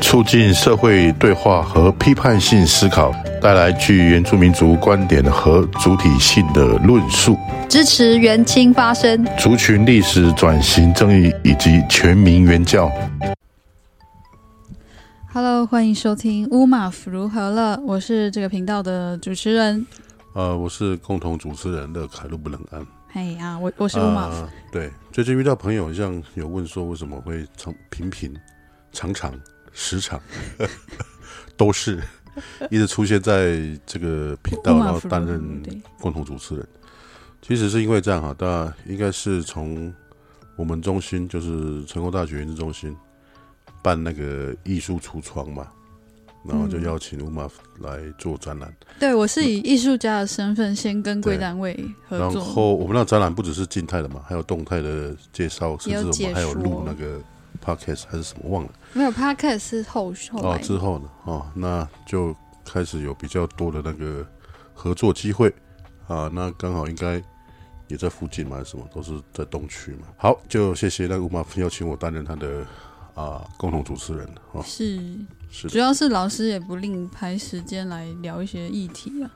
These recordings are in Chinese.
促进社会对话和批判性思考，带来具原住民族观点和主体性的论述，支持原青发声。族群历史转型正义以及全民原教。 Hello，欢迎收听《乌马夫如何了》，我是这个频道的主持人。呃，我是共同主持人乐凯路不能安。嘿啊，我我是乌马夫。呃对，最近遇到朋友好像有问说为什么会常频频、常常、时常 都是一直出现在这个频道，乌然马后夫担如何任对共同主持人。其实是因为这样哈，大家应该是从我们中心，就是成功大学研究中心办那个艺术橱窗嘛，然后就嗯邀请乌马来做展览。对我是以艺术家的身份先跟贵单位合然作。后我们那展览不只是静态的嘛，还有动态的介绍，甚也有至我解们还有录说那个 podcast 还是什么忘了没有 Podcast 是后后哦来。之后呢哦，那就开始有比较多的那个合作机会啊，那刚好应该也在附近嘛，还是什么都是在东区嘛。好，就谢谢那个乌马夫邀请我担任他的啊共同主持人哦，是，是的主要是老师也不另排时间来聊一些议题啊。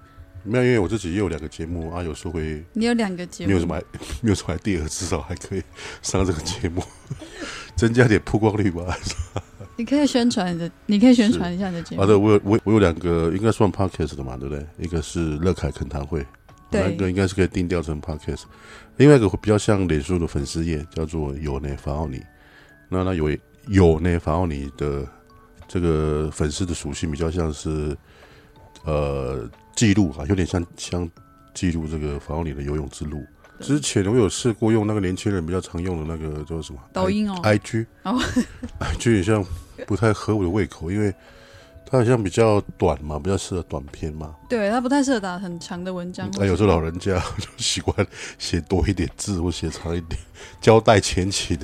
没有因为我自己也有两个节目啊，有时候会你有两个节目，没有什么 没有什么 idea，至少还可以上这个节目， 增加点曝光率吧。你可以宣传你的，你可以宣传一下你的节目。啊，对，我有我我有两个应该算 podcast 的嘛，对不对？一个是乐凯恳谈会，那对个应该是可以定调成 podcast，另外一个会比较像脸书的粉丝页，叫做有内法奥尼。那那有有内法奥尼的这个粉丝的属性比较像是呃记录啊，有点像像记录这个法奥尼的游泳之路。对之前我有试过用那个年轻人比较常用的那个叫什么抖音哦， I G，哦 i G 也像不太合我的胃口，因为它好像比较短嘛，比较适合短篇嘛。啊对他不太适合打很长的文章。那、有时候老人家 就喜欢写多一点字或写长一点，交代前情。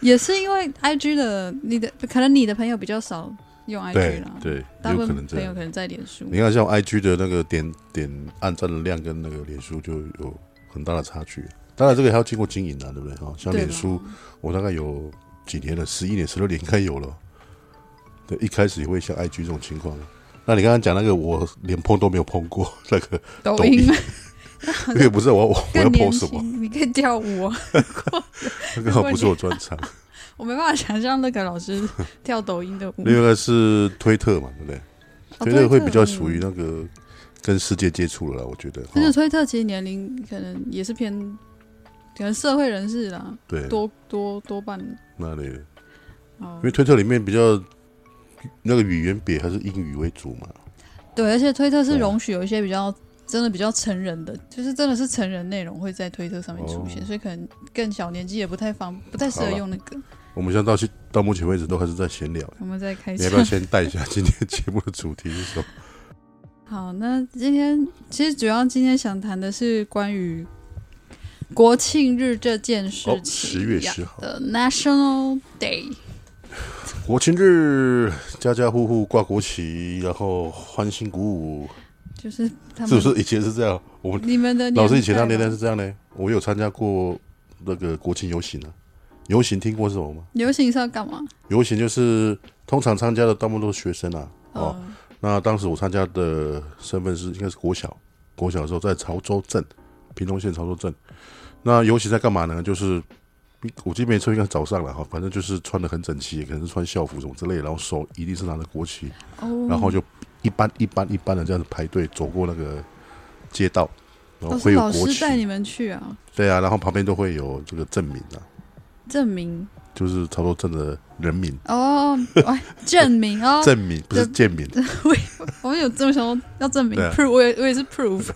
也是因为 IG 的，你的可能你的朋友比较少用 IG 对啦，对，大有部可能分这朋友样。可能在脸书你。看，像 I G 的那个点点按赞的量跟那个脸书就有很大的差距。当然，这个还要经过经营啊，对不对？哈，像对脸吧书，我大概有几年了，十一年、十六年应该有了。对，一开始也会像 IG 这种情况。啊那你刚刚讲那个，我连碰都没有碰过， 那个抖抖 音音因为不是我我我要更年碰什么，轻，你可以跳舞啊。那个不是我专长。 我没办法想象那个老师跳抖音的舞。另外一个是推特嘛，对不对？哦推特会比较嗯属于那个跟世界接触了啦，我觉得。但是哈推特其实年龄可能也是偏，可能社会人士啦，对，多多多半那里的哦因。为推特里面比较那个语言别还是英语为主嘛，对，而且推特是对啊容许有一些比较真的比较成人的，就是真的是成人内容会在推特上面出现，哦所以可能更小年纪也不太方，不太适合好啦用那个。我们现在到现到目前为止都还是在闲聊。我们再开你要始不。要先带一下今天节目的主题是什么？ 好，那今天其实主要今天想谈的是关于国庆日这件事哦，情十月呀十号，的 National Day。国庆日，家家户户挂国旗，然后欢欣鼓舞，就是他是们不是以前是这样？我们你们的老师以前那代年代吧是这样呢。我有参加过那个国庆游行啊，游行听过是什么吗？游行是要干嘛？游行就是通常参加的大部分都是学生啊。哦，哦，那当时我参加的身份是应该是国小，国小的时候在潮州镇，屏东县潮州镇。那游行在干嘛呢？就是我记得没错，应该是早上了哈，反正就是穿的很整齐，可能是穿校服什么之类，然后手一定是拿着国旗，哦然后就一班一班一班的这样子排队走过那个街道，然后老会师有哦老国师带旗，你们去啊，对啊，然后旁边都会有这个证明啊，证明就是潮州镇的人民啊哦，哎，证明哦， 证明，不是这建民。我有这么想说要证明对啊 proof，我也我也是 proof。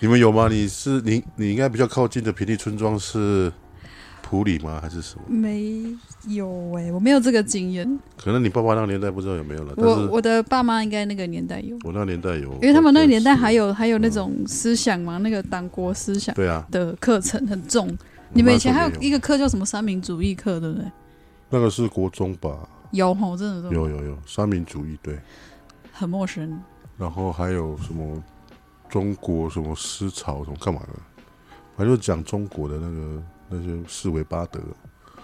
你们有吗？你是你你应该比较靠近的平地村庄是普里吗？还是什么？没有哎、我没有这个经验。可能你爸爸那个年代不知道有没有哦了，但我是我的爸妈应该那个年代有，我那年代有，因因为他们那个嗯年代还有还有那种思想嘛，那个党国思想对啊，的课程很重，你们那以前时还候有没一个课叫什么三民主义课，对不对？那个是国中吧？有吼，真的都有有有，三民主义对，很陌生。然后还有什么中国什么思潮什么干嘛的，反正就讲中国的那个那些四维八德啊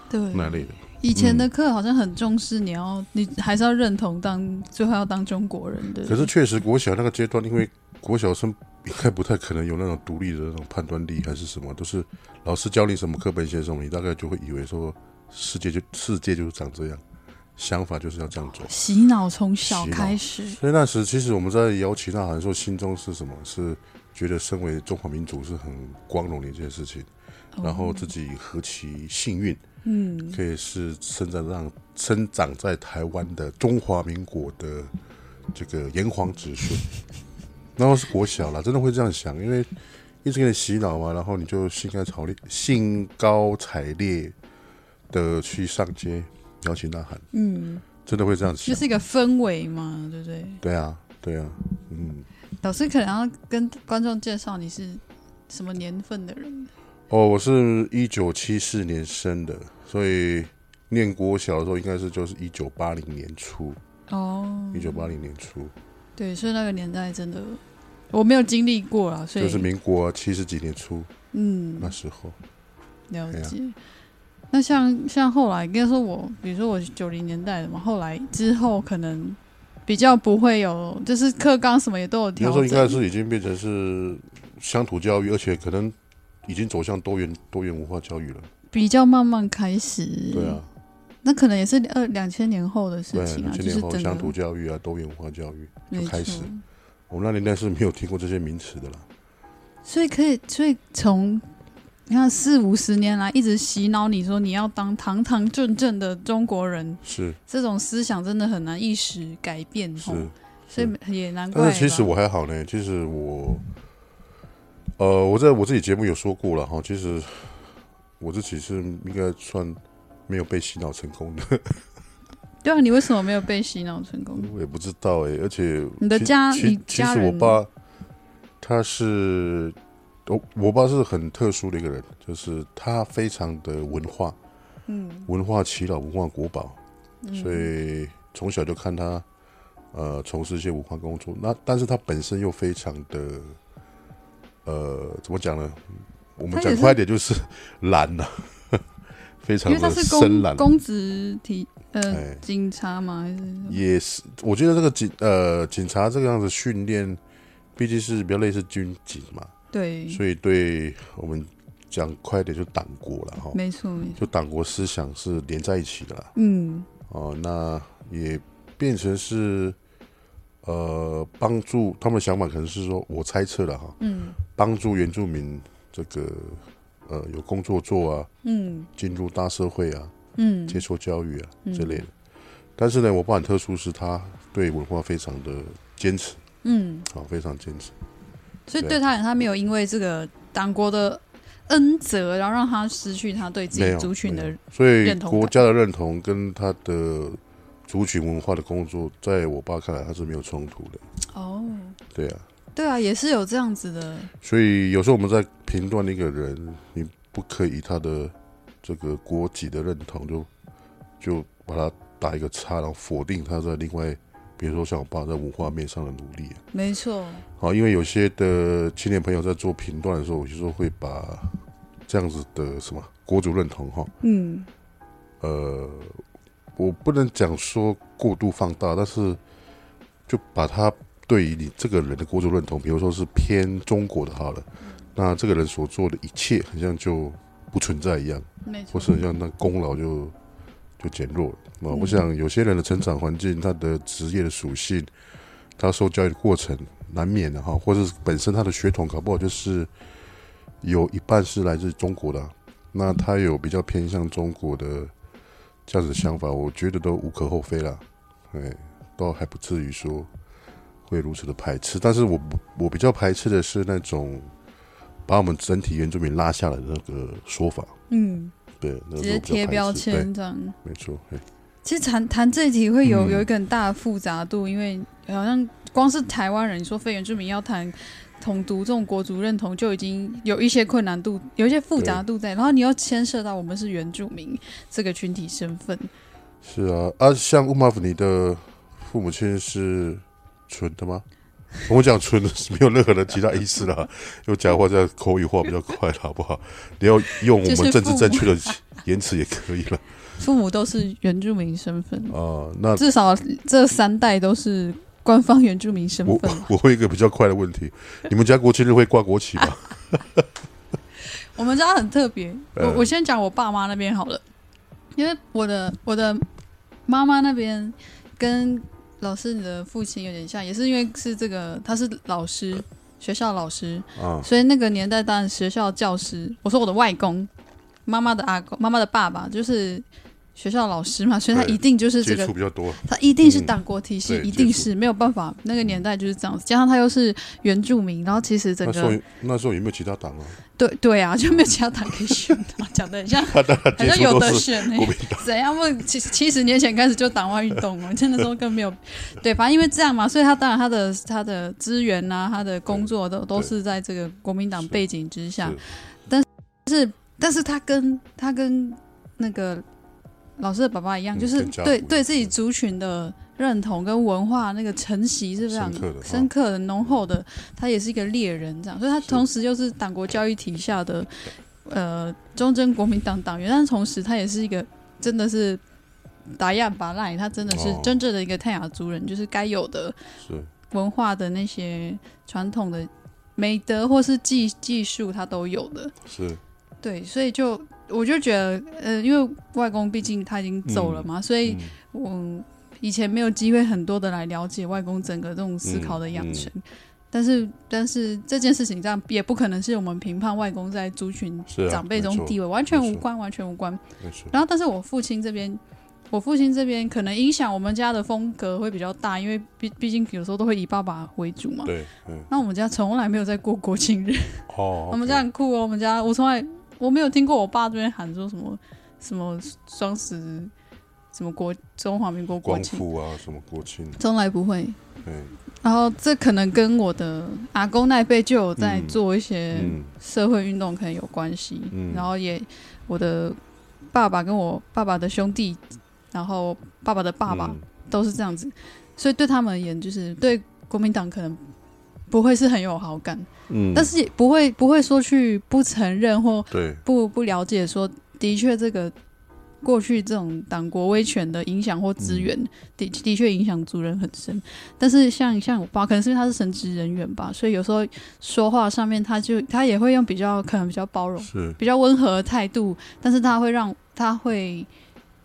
对，那类的。以前嗯的课好像很重视你要，你还是要认同当最后要当中国人的。可是确实国小那个阶段，因为国小生应该不太可能有那种独立的那种判断力还是什么，都是老师教你什么课本写什么，你大概就会以为说世界就世界就是长这样，想法就是要这样走。洗脑从小洗脑开始，所以那时其实我们在摇旗呐喊的时候，心中是什么？是觉得身为中华民族是很光荣的一件事情，然后自己何其幸运，哦嗯，可以是生长让生长在台湾的中华民国的这个炎黄子孙。然后是国小啦，真的会这样想，因为一直给你洗脑嘛，然后你就兴高采烈、兴高采烈的去上街摇旗呐喊，嗯，真的会这样想就。是一个氛围嘛，对不对？对啊，对啊，嗯。老师可能要跟观众介绍你是什么年份的人。哦，我是一九七四年生的，所以念国小的时候应该是就是一九八零年初，哦一，九八零年初，对，所以那个年代真的我没有经历过啊，所以就是民国七十几年初嗯，那时候。了对啊解。那像像后来，应该说我，比如说我九零年代的嘛，后来之后可能比较不会有，就是课纲什么也都有那调时候应该整。是已经变成是乡土教育，而且可能已经走向多元多元文化教育了。比较慢慢开始，对啊，那可能也是二两千年后的事对，情两啊，千就是年后整乡土个教育啊，多元文化教育，没开始错。我们那年代是没有听过这些名词的啦。所以可以，所以从你看四五十年来一直洗脑你说你要当堂堂正正的中国人，是这种思想真的很难一时改变是吼，，所以也难怪吧。但是其实我还好呢，其实我，呃，我在我自己节目有说过了哈，其实我自己是应该算没有被洗脑成功的， 对啊，你为什么没有被洗脑成功？我也不知道哎、而且你的其家其你其家实我人爸他是我我爸是很特殊的一个人，就是他非常的文化，嗯，文化祈老，文化国宝，嗯所以从小就看他呃从事一些文化工作。那但是他本身又非常的呃怎么讲呢？我们他也讲是快一点就是懒呐、 非因常为他的是深公懒。公职体呃哎警察嘛，还是什么也是，我觉得这个警呃警察这个样子训练，毕竟是比较类似军警嘛，对，所以对我们讲快一点就党国了哈，没错没错，就党国思想是连在一起的啦。嗯，哦，那也变成是呃帮助他们的想法，可能是说我猜测了哈，嗯帮助原住民这个呃有工作做啊，嗯进入大社会啊，嗯，接受教育啊、嗯这类的。但是呢，我爸很特殊，是他对文化非常的坚持嗯，啊，非常坚持。所以对啊对他来讲，他没有因为这个党国的恩泽，然后让他失去他对自没己有族群没的，所以认同感国家的认同跟他的族群文化的工作，在我爸看来他是没有冲突的。哦，对啊，对啊，也是有这样子的，所以有时候我们在评断一个人，你不可以以他的这个国籍的认同就就把他打一个叉，然后否定他在另外，比如说像我爸在文化面上的努力啊。没错，好，因为有些的青年朋友在做评断的时候，我就说会把这样子的什么国族认同哈，嗯，呃，我不能讲说过度放大，但是就把他对于你这个人的国族认同，比如说是偏中国的好了，那这个人所做的一切，好像就不存在一样，没错，或是好像那功劳就就减弱了。那、嗯我想有些人的成长环境、他的职业的属性、他受教育的过程，难免的哈，或者是本身他的血统搞不好就是有一半是来自中国的啊、那他有比较偏向中国的这样子的想法，我觉得都无可厚非啦，哎，倒还不至于说会如此的排斥。但是我不我比较排斥的是那种把我们整体原住民拉下来的那个说法，嗯，对，那直个接是我比较贴排标斥签这样。对，没错，哎其实谈谈这一题会有嗯有一个很大的复杂度，因为好像光是台湾人，你说非原住民要谈统独这种国族认同就已经有一些困难度，有一些复杂度在，然后你要牵涉到我们是原住民这个群体身份，是啊，啊，像乌马夫尼的父母亲是纯的吗？ 我讲纯的是没有任何的其他意思啦，用讲话在口语化比较快啦，好不好？你要用我就是们政治父正确的言辞也可以了父母都是原住民身份，啊、那至少这三代都是官方原住民身我份嘛。我会一个比较快的问题，你们家国庆日会挂国旗啊吗？我们家很特别，我、呃我先讲我爸妈那边好了，因为我的我的妈妈那边跟老师你的父亲有点像，也是因为是这个他是老师，学校老师，啊，所以那个年代当然学校教师，我说我的外公，妈妈的阿公，妈妈的爸爸就是学校老师嘛，所以他对一定就是这接个触比较多，他一定是党国体系，嗯对一定是没有办法。那个年代就是这样子，加上他又是原住民，然后其实整那时候个有那时候有没有其他党 啊？对对啊，就没有其他党可以选啊，讲的很像他大家好接像触有都得是选呢、国民党，怎样？问七七十年前开始就党外运动哦，真的时候更没有。对，反正因为这样嘛，所以他当然他的他的资源啊，他的工作都都是在这个国民党是背景之下是。但是，但是他跟他跟那个老师的爸爸一样，嗯就是跟家对谱一对样自己族群的认同跟文化那个承袭是非常深刻的深刻的、浓厚的。他也是一个猎人，这样，所以他是同时又是党国教育体下的呃忠贞国民党党员，但是同时他也是一个真的是达亚巴赖，他真的是哦真正的一个泰雅族人，就是该有的是文化的那些传统的美德或是技技术，他都有的。是对，所以就我就觉得，呃，因为外公毕竟他已经走了嘛，所以嗯我以前没有机会很多的来了解外公整个这种思考的养成。嗯但是，但是这件事情这样也不可能是我们评判外公在族群是啊长辈没中错地位、完全没无错关，完全无关。没错，然后，但是我父亲这边，我父亲这边可能影响我们家的风格会比较大，因为毕毕竟有时候都会以爸爸为主嘛。对，嗯，那我们家从来没有在过国庆日，哦，我们家很酷哦。我们家我从来我没有听过我爸这边喊说什么什么双十什么国中华民国国光庆，复啊，什么国庆，从来不会。对，然后这可能跟我的阿公那一辈就有在嗯做一些嗯，社会运动可能有关系，嗯然后也我的爸爸跟我爸爸的兄弟，然后爸爸的爸爸嗯都是这样子，所以对他们而言，就是对国民党可能不会是很有好感，嗯，但是也不会不会说去不承认或对，不不了解说，的确这个过去这种党国威权的影响或资源，的的确影响族人很深。但是像像我爸，可能是因为他是神职人员吧，所以有时候说话上面他就他也会用比较可能比较包容、是比较温和的态度，但是他会让他会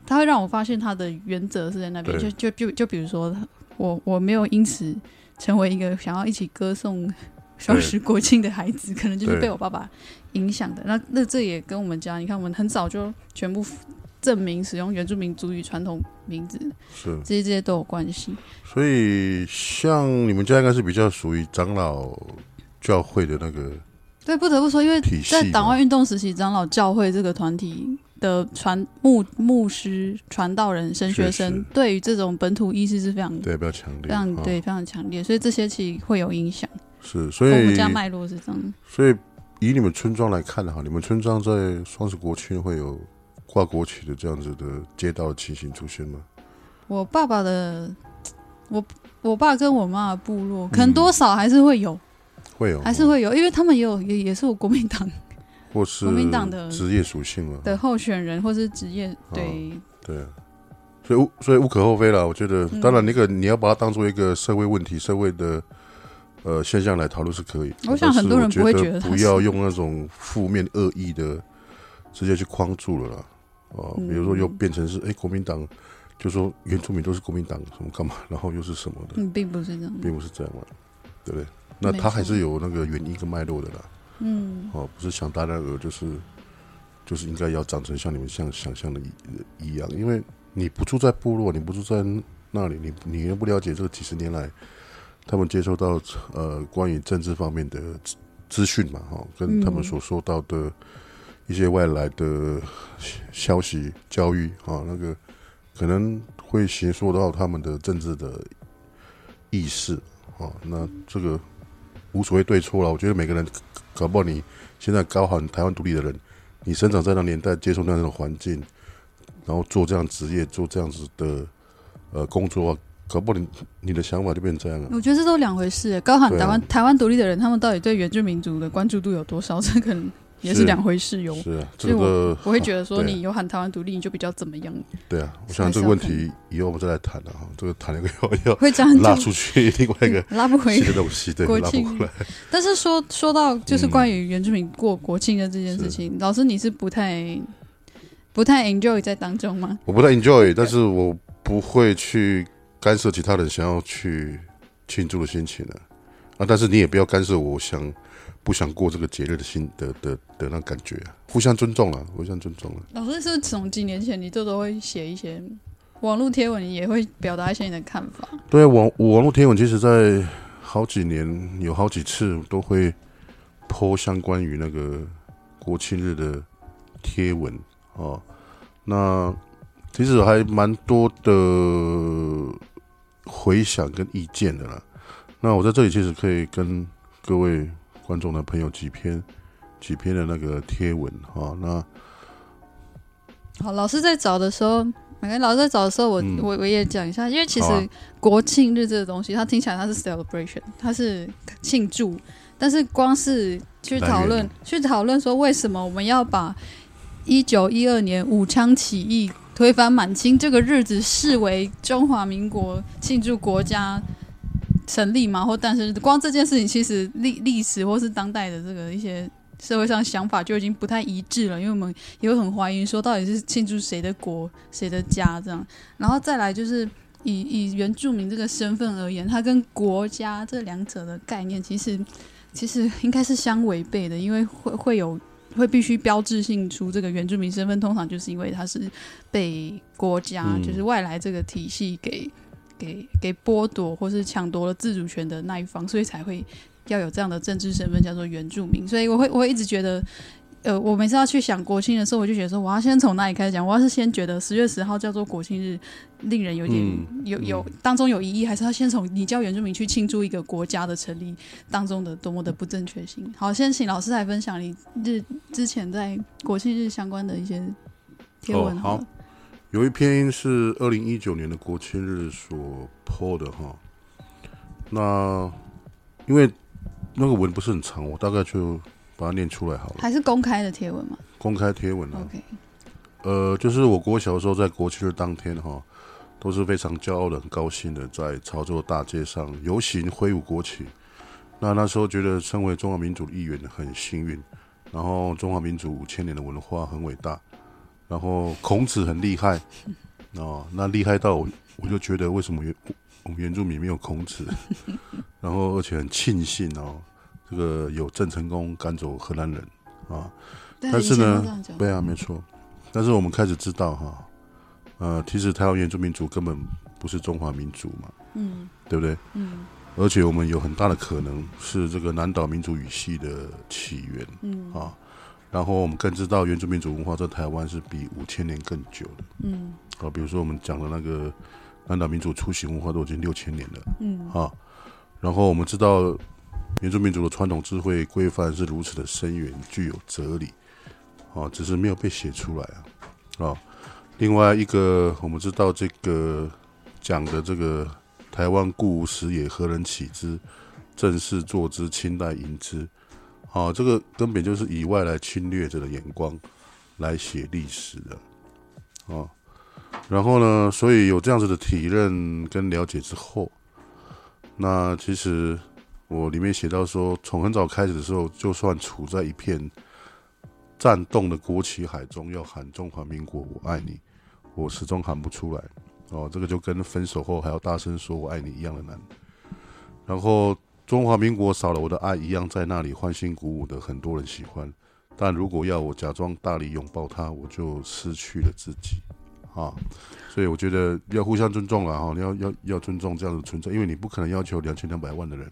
他会让我发现他的原则是在那边，就对就就就比如说我我没有因此成为一个想要一起歌颂 双十国庆的孩子，可能就是对被我爸爸影响的。那那这也跟我们家，你看我们很早就全部 证明使用原住民族语传统名字，是，这些这些都有关系。所以像你们家应该是比较属于长老教会的那个，对，不得不说，因为体系在嘛党外运动时期，长老教会这个团体的传牧牧师、传道人、神学确生实，对于这种本土意识是非常、对，比较强烈，非常啊嗯对，嗯非常强烈，所以这些其实会有影响。是，所我以们家脉络是这样。所以以你们村庄来看的话，你们村庄在双十国庆会有挂国旗的这样子的街道情形出现吗？我爸爸的，我我爸跟我妈的部落，可能多少还是会有，会有，还是，会有，因为他们也有也也是我国民党或是国民党的职业属性啊，的候选人或是职业，对、对啊，所以无所以无可厚非啦。我觉得嗯，当然那个你要把它当做一个社会问题、社会的呃现象来讨论是可以。我想很多人但是不会我觉得它不是要用那种负面恶意的直接去框住了啦。哦、嗯比如说又变成是哎、诶国民党，就说原住民都是国民党什么干嘛，然后又是什么的，嗯，并不是这样，并不是这样嘛，对不对？那没它错还是有那个原因跟脉络的啦。嗯，哦，不是想当然尔，就是就是应该要长成像你们像想象的一一样，因为你不住在部落，你不住在那里，你你又不了解这个几十年来他们接受到呃关于政治方面的资资讯嘛，哈、跟他们嗯所收到的一些外来的消息、教育啊、那个可能会形塑到他们的政治的意识啊、那这个。无所谓对错了。我觉得每个人，搞不好你现在搞好你台湾独立的人，你生长在那年代，接受那样的环境，然后做这样职业，做这样子的呃工作啊，搞不好你你的想法就变成这样了。我觉得这都两回事耶。高喊对啊台湾、台湾独立的人，他们到底对原住民族的关注度有多少？这可能也是是两回事哟。是啊，所以这个我会觉得说，对啊你有喊台湾独立，你就比较怎么样？对啊，我想这个问题以后我们再来谈了哈。这个谈了一个 要要会这样拉就出去另外一个拉不回新的东西， 对，国拉不庆过来。但是说说到就是嗯关于原住民过国庆的这件事情，老师你是不太不太 enjoy 在当中吗？我不太 enjoy，但是我不会去干涉其他人想要去庆祝的心情了啊。但是你也不要干涉我想不想过这个节日的心的的的那感觉、啊，互相尊重了，互相尊重啊了。老师是从几年前你就都会写一些网络贴文，你也会表达一些你的看法。对网网络贴文，其实在好几年有好几次都会剖相关于那个国庆日的贴文哦。那其实还蛮多的回响跟意见的啦。那我在这里其实可以跟各位观众的朋友几篇几篇的那个贴文哈、哦。那好，老师在找的时候，每个老师在找的时候，我、嗯我我也讲一下，因为其好啊实国庆日这个东西，它听起来它是 celebration，它是庆祝，但是光是去来源讨论呢去讨论说为什么我们要把一九一二年武昌起义推翻满清这个日子视为中华民国庆祝国家。成立嘛，或但是光这件事情，其实历历史或是当代的这个一些社会上想法就已经不太一致了，因为我们也会很怀疑说到底是庆祝谁的国、谁的家这样。然后再来就是以以原住民这个身份而言，它跟国家这两者的概念其实其实应该是相违背的，因为会会有会必须标志性出这个原住民身份，通常就是因为它是被国家、嗯就是外来这个体系给给给剥夺或是抢夺了自主权的那一方，所以才会要有这样的政治身份叫做原住民。所以我会我会一直觉得。呃，我每次要去想国庆的时候，我就觉得说，我要先从哪里开始讲？我要是先觉得十月十号叫做国庆日，令人有点、嗯有嗯有当中有疑义，还是要先从你叫原住民去庆祝一个国家的成立当中的多么的不正确性？好，先请老师来分享你日之前在国庆日相关的一些贴文哦好了。好有一篇是二零一九年的国庆日所破的哈，那因为那个文不是很长，我大概就把它念出来好了。还是公开的贴文嘛公开贴文啊， ？OK，呃，就是我国小的时候，在国庆日当天哈，都是非常骄傲的、很高兴的，在潮州大街上游行挥舞国旗。那那时候觉得，身为中华民族的一员很幸运，然后中华民族五千年的文化很伟大，然后孔子很厉害哦，那厉害到我我就觉得，为什么原我们原住民没有孔子？ 然后而且很庆幸哦，这个有郑成功赶走荷兰人啊。对但以是呢前都这样讲对啊，没错。但是我们开始知道哈，呃，其实台湾原住民族根本不是中华民族嘛，嗯对不对？嗯而且我们有很大的可能是这个南岛民族语系的起源嗯啊。然后我们更知道原住民族文化在台湾是比五千年更久的嗯啊。比如说我们讲的那个南岛民族出行文化都已经六千年了。嗯啊。然后我们知道，原住民族的传统智慧规范是如此的深远，具有哲理，啊，只是没有被写出来啊。啊，另外一个我们知道这个讲的这个台湾故无时也，何人起之？正是坐之，清代迎之。啊，这个根本就是以外来侵略者的眼光来写历史的，啊。然后呢，所以有这样子的体认跟了解之后，那其实我里面写到说，从很早开始的时候，就算处在一片战动的国旗海中，要喊“中华民国，我爱你”，我始终喊不出来。哦，这个就跟分手后还要大声说“我爱你”一样的难。然后，中华民国少了我的爱，一样在那里欢欣鼓舞的，很多人喜欢。但如果要我假装大力拥抱它，我就失去了自己啊！所以我觉得要互相尊重了哈，你要要要尊重这样的存在，因为你不可能要求两千两百万的人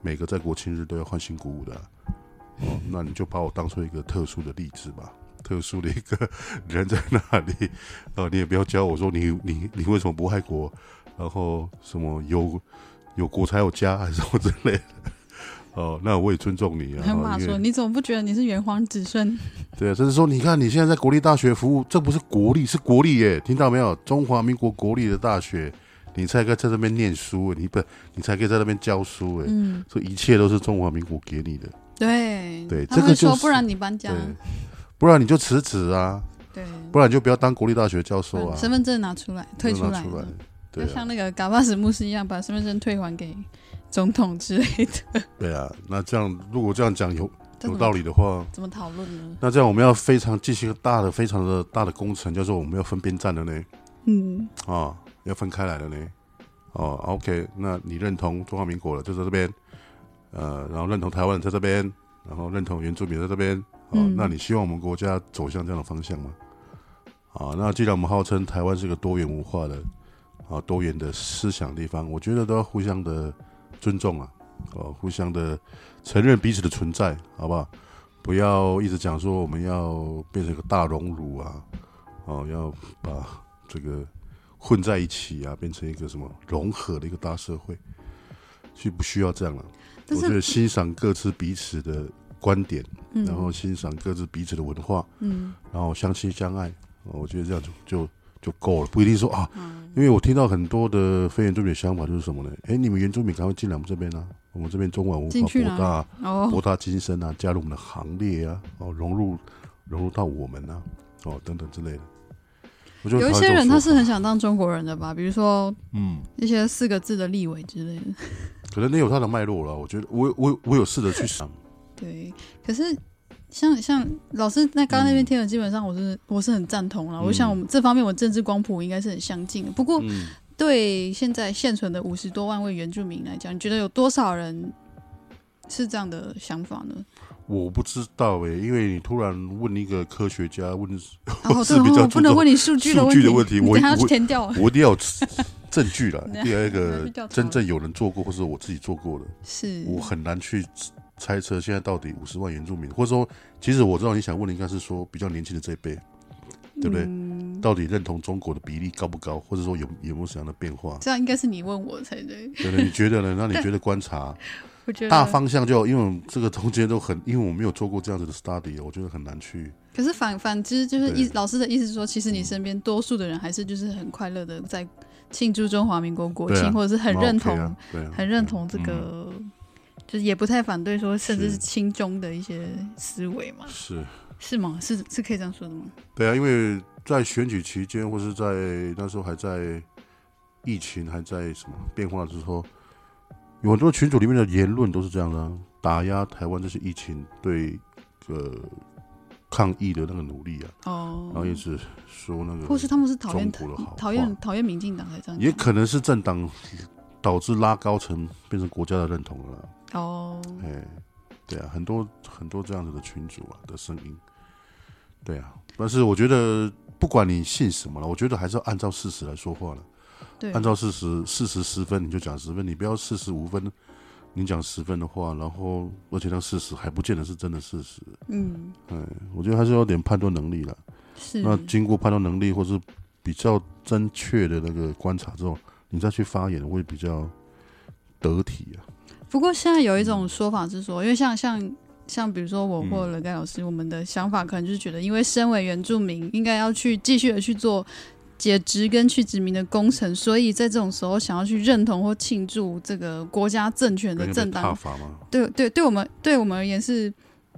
每个在国庆日都要欢欣鼓舞的啊、哦，那你就把我当做一个特殊的例子吧，特殊的一个人在那里， 啊，你也不要教我说你你你为什么不爱国，然后什么有有国才有家还是什么之类的，哦，那我也尊重你啊。还骂因为说你怎么不觉得你是炎黄子孙？对啊，甚至说你看你现在在国立大学服务，这不是国立，是国立耶，听到没有？中华民国国立的大学，你才可以在那边念书，你不，你才可以在那边教书，哎、嗯，这一切都是中华民国给你的，对对他们这会个就说是不然你搬对家，，不然你就辞职啊，对，不然你就不要当国立大学教授把啊，身份证拿出来，退不能拿来出来，对就啊像，那个嘎巴什牧师一样，把身份证退还给总统之类的。 对啊，那这样如果这样讲有这怎有么道理的话，怎么讨论呢？那这样我们要非常进行一个大的、非常的大的工程，叫做我们要分边站的呢，嗯，啊，要分开来的呢。哦，OK，那你认同中华民国了，就在这边，呃，然后认同台湾在这边，然后认同原住民在这边，哦，嗯那你希望我们国家走向这样的方向吗？啊，那既然我们号称台湾是一个多元文化的啊多元的思想地方，我觉得都要互相的尊重啊，哦，互相的承认彼此的存在，好不好？不要一直讲说我们要变成一个大熔炉啊，哦，要把这个混在一起啊，变成一个什么融合的一个大社会，其实不需要这样了、但我觉是得欣赏各自彼此的观点，嗯，然后欣赏各自彼此的文化，嗯然后相亲相爱，哦我觉得这样就就就够了，不一定说啊，嗯因为我听到很多的非原住民的想法就是什么呢？哎，你们原住民赶快进来我们这边啊，我们这边中华文化进去博哪里大啊、博哦，大精深啊，加入我们的行列啊，哦，融入融入到我们啊，哦，等等之类的。我就有一讨厌些这种人说他是法很想当中国人的吧，比如说嗯，一些四个字的立委之类的。可能你有他的脉络了。我觉得我我我有试着去想，对，可是像像老师那刚刚那边听了，基本上我是我是很赞同了。我想我们这方面我政治光谱应该是很相近的。不过嗯，对现在现存的五十多万位原住民来讲，你觉得有多少人是这样的想法 呢？我不知道诶、因为你突然问一个科学家，问然后是对，比较我注不能重问你数据的数问据题，的问题你我 等下要我填掉。我一定要有证据了，你要第二你要个去调查真正有人做过，或者我自己做过的，是，我很难去猜测现在到底五十万原住民，或者说，其实我知道你想问的应该是说比较年轻的这一辈，对不对？嗯？到底认同中国的比例高不高，或者说有有没有什么样的变 化这样应该是你问我才对，对不对？你觉得呢？那你觉得观察我觉得大。方向就，因为我们这个中间都很，因为我没有做过这样子的 study，我觉得很难去。可是反反之，就是对意老师的意思是说，其实你身边多数的人还是就是很快乐的在庆祝中华民国国庆，对啊或者是很蛮认 OK 同、啊，嗯对啊，很认同这个，就是也不太反对说，甚至是是亲中的一些思维嘛，是，是吗？是是可以这样说的吗？对啊，因为在选举期间，或是在那时候还在疫情还在什么变化之后，有很多群组里面的言论都是这样的啊、打压台湾这些疫情对呃抗疫的那个努力啊，然后哦也，是说那个，或是他们是讨厌中国的好话讨厌讨厌民进党才这样讲，也可能是政党导致拉高成变成国家的认同了啦。哦，哎，对啊，很多很多这样子的群主啊的声音，对啊。但是我觉得，不管你信什么了，我觉得还是要按照事实来说话了。对，按照事实，事实十分你就讲十分，你不要事实五分，你讲十分的话，然后而且那事实还不见得是真的事实。哎嗯我觉得还是有点判断能力了。是那经过判断能力或是比较正确的那个观察之后，你再去发言会比较得体啊。不过现在有一种说法是说，因为像像像比如说我嗯或者盖老师，我们的想法可能就是觉得，因为身为原住民，应该要去继续的去做解殖跟去殖民的工程，所以在这种时候想要去认同或庆祝这个国家政权的正踏当，法吗？对对，对我们对我们而言是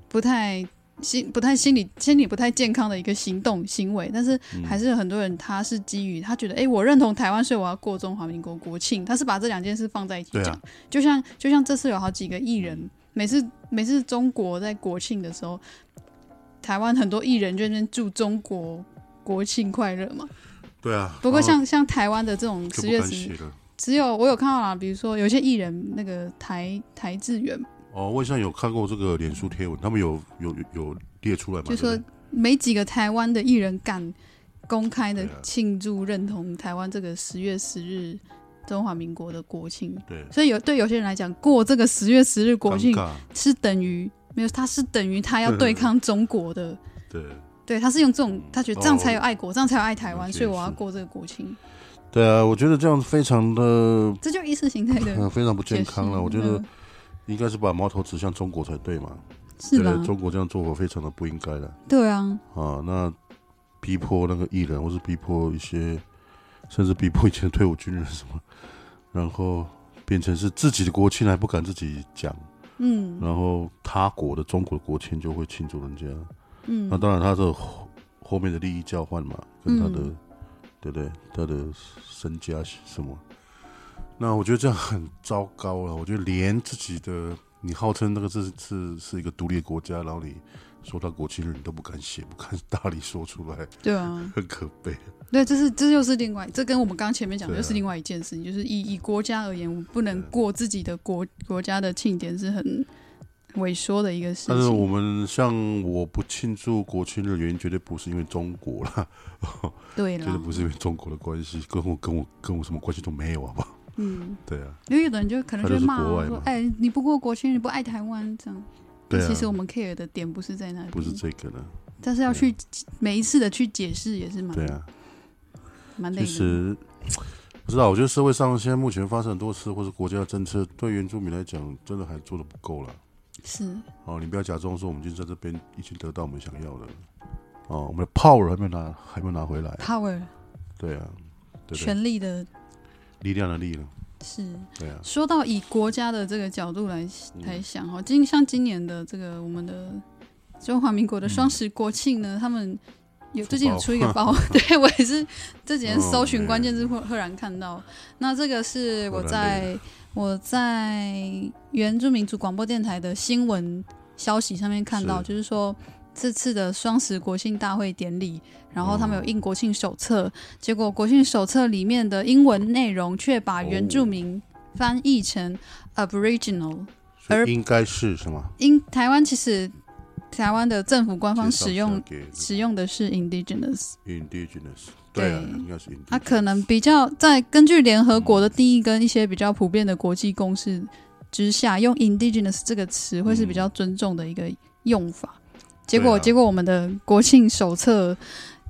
不太。心不太心理心理不太健康的一个行动行为，但是嗯还是有很多人他是基于他觉得，哎、我认同台湾，所以我要过中华民国国庆，他是把这两件事放在一起对讲。啊，嗯就像就像这次有好几个艺人，每次每次中国在国庆的时候，台湾很多艺人就在那边祝中国国庆快乐嘛。对啊。不过然后像、像台湾的这种就十不月敢十写一，了。只有我有看到啦，比如说有些艺人那个台台志远，哦，我好像有看过这个脸书贴文，他们有有有有列出来嘛？就说对不对没几个台湾的艺人敢公开的对啊庆祝认同台湾这个十月十日中华民国的国庆。对，所以有对有些人来讲，过这个十月十日国庆尴尬是等于没有，他是等于他要对抗中国嗯的，对对，他是用这种，他觉得这样才有爱哦国，这样才有爱台了湾，解所以我要是过这个国庆，对啊，我觉得这样非常的这就意识形态的 呃非常不健解释康了。我觉得嗯应该是把矛头指向中国才对嘛？是对吧？中国这样做法非常的不应该了对啊，啊！那逼迫那个艺人，或是逼迫一些，甚至逼迫以前的退伍军人什么，然后变成是自己的国庆还不敢自己讲，嗯然后他国的中国的国庆就会庆祝人家。嗯那，当然，他的后后面的利益交换嘛，跟他的，嗯对不对？他的身家什么？那我觉得这样很糟糕啊了。我觉得连自己的，你号称那个是是是一个独立的国家，然后你说到国庆日，你都不敢写，不敢大力说出来，对啊，很可悲。对，这是这又是另外，这跟我们刚前面讲的对啊又是另外一件事情，就是以以国家而言，我们不能对过自己的国国家的庆典是很萎缩的一个事但是我情。们像我不庆祝国庆日，原因绝对不是因为中国 啦，对绝对啦，不是因为中国的关系，跟我跟我跟我什么关系都没有，好不好？嗯，对啊，因为有的人就可能就会骂他就是国外啊嘛说，哎，你不过国庆，你不爱台湾这样。对啊，其实我们 care 的点不是在那里，不是这个呢，但是要去每一次的去解释也是蛮对啊。蛮累其的。实不知道，我觉得社会上现在目前发生很多事，或是国家的政策对原住民来讲，真的还做的不够了。是，哦，你不要假装说我们已经在这边已经得到我们想要的了。哦，我们的 power 还没有拿，还没有拿回来。 power 对啊，对不对？权力的力量的力了。是。对啊，嗯说到以国家的这个角度来来想哈，今像今年的这个我们的中华民国嗯的双十国庆呢，他们有出最近有包出 一个包，对我也是这几天哦搜寻没关键字赫赫然看到。那这个是我赫然在我在原住民族广播电台的新闻消息上面看到，是就是说。这次的双十国庆大会典礼，然后他们有哦印国庆手册，结果国庆手册里面的英文内容却把哦原住民翻译成 Aboriginal。所而以应该是什么？因台湾其实台湾的政府官方介绍使用一下给使用的是 Indigenous， indigenous。对对啊，应该是 indigenous。它可能比较在根据联合国的定义跟一些比较普遍的国际公式之下，用 Indigenous 这个词会是比较尊重的一个用法。结果，嗯对啊结果我们的国庆手册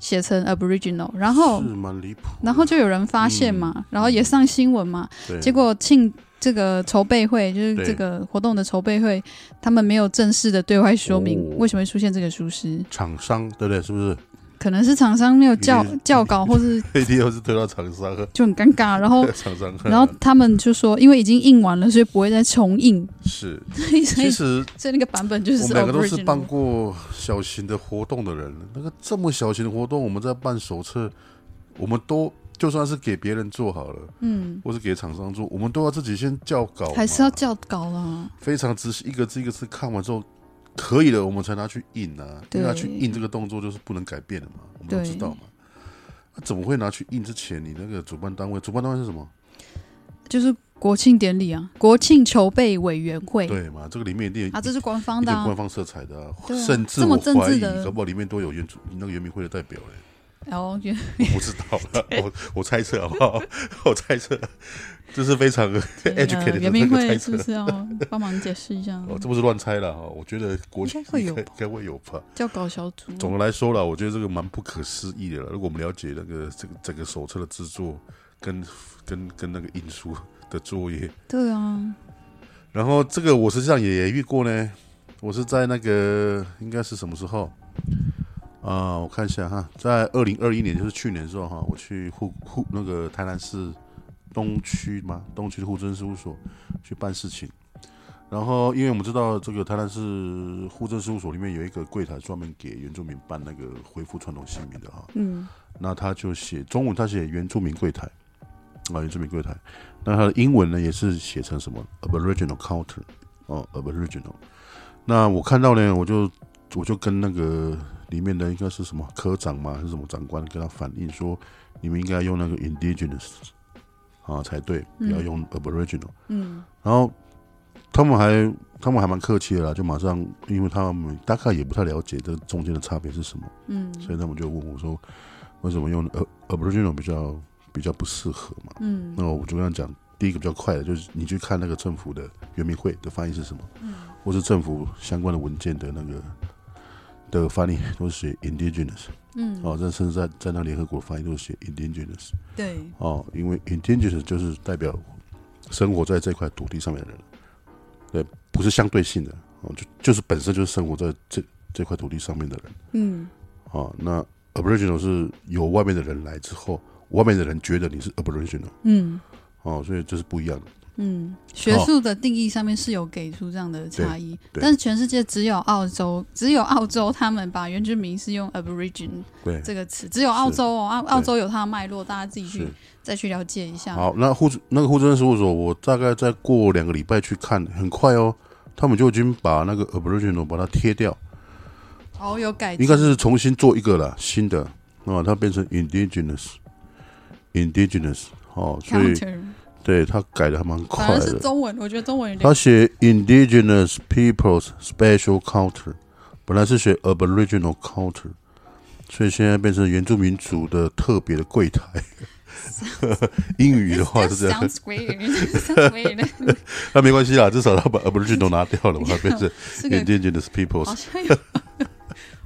写成 Aboriginal，然后是嗯蛮离谱的。然后就有人发现嘛，然后也上新闻嘛，对结果庆这个筹备会，就是对这个活动的筹备会，他们没有正式的对外说明哦为什么会出现这个疏失，厂商对不对？是不是？ 可能是厂商没有校因为校稿，或是一定又是推到厂商，就很尴尬。然 后，厂商。哦然后他们就说，因为已经印完了，所以不会再重 印，是，所以所其以实所以那个版本就是我们两个都是 original 办过小型的活动的人，那个这么小型的活动，我们在办手册，我们都就算是给别人做好了，嗯，或是给厂商做，我们都要自己先校稿嘛，还是要校稿啦。非常仔细，一个字一个字看完之后，可以了，我们才拿去印啊，因对为拿去印这个动作就是不能改变的嘛，我们都对知道嘛。那怎么会拿去印之前，你那个主办单位，主办单位是什么？就是国庆典礼啊，国庆筹备委员会对嘛？这个里面一定啊，这是官一方的、定有啊官。方色彩的啊、对啊甚至这么我政怀治疑，的搞不好里面都有原主那个原民会的代表嘞。然后就我不知 道了，我我猜测好不好？我猜测，这是非常 educated 呃的圆这明个猜会测是不。是要帮忙解释一下？哦，这不是乱猜了哈，我觉得国庆应该会有吧应该会有吧。教稿小组啊总的来说啦，我觉得这个蛮不可思议的了。如果我们了解那个这个整个手册的制作跟跟跟那个印书的作业，对啊，然后这个我实际上也遇过呢。我是在那个应该是什么时候啊、我看一下哈，在二零二一年，就是去年的时候哈，我去户户那个台南市东区嘛，东区的户政事务所去办事情。然后，因为我们知道这个台南市户政事务所里面有一个柜台专门给原住民办那个恢复传统姓名的哈，嗯，那他就写中文，他写原住民柜台啊，原住民柜台。那他的英文呢，也是写成什么 Aboriginal Counter 哦，Aboriginal。那我看到呢，我就我就跟那个里面的应该是什么科长嘛，还是什么长官，跟他反映说，你们应该用那个 Indigenous 啊才对，不嗯要用 Aboriginal。嗯，然后他们还他们还蛮客气的啦，就马上，因为他们大概也不太了解这中间的差别是什么。嗯，所以他们就问我说，为什么用呃 Aboriginal 比较比较不适合嘛？嗯，那我就跟他讲，第一个比较快的就是你去看那个政府的原民会的翻译是什么，嗯或是政府相关的文件的那个的翻译都是写 Indigenous 嗯，哦，这甚至在在那联合国翻译都是写 Indigenous 对，哦，因为 Indigenous 就是代表生活在这块土地上面的人，对，不是相对性的哦，就就是本身就是生活在这这块土地上面的人嗯啊、哦。那 Aboriginal 是由外面的人来之后，外面的人觉得你是 Aboriginal 嗯哦，所以这是不一样的。嗯，学术的定义上面是有给出这样的差异，哦对但是全世界只有澳洲，只有澳洲他们把原住民是用 Aborigine 对，这个词，只有澳洲哦，澳澳洲有它的脉络，大家自己去是再去了解一下。好，那护那个护政事务所，我大概再过两个礼拜去看，很快哦，他们就已经把那个 Aboriginal 把它贴掉，哦，有改进，应该是重新做一个了，新的，那、它变成 Indigenous，Indigenous 哦，所以 counter，对它改的还蛮反快而是的，中文，我觉得中文有点他写 Indigenous Peoples Special Counter，本来是写 Aboriginal Counter。所以现在变成原住民族的特别的 柜台，英语的话是这样 Sounds weird. Sounds weird. 那没关系啦，至少他把 aboriginal 都拿掉 了嘛，变成这个 indigenous peoples 好。像有，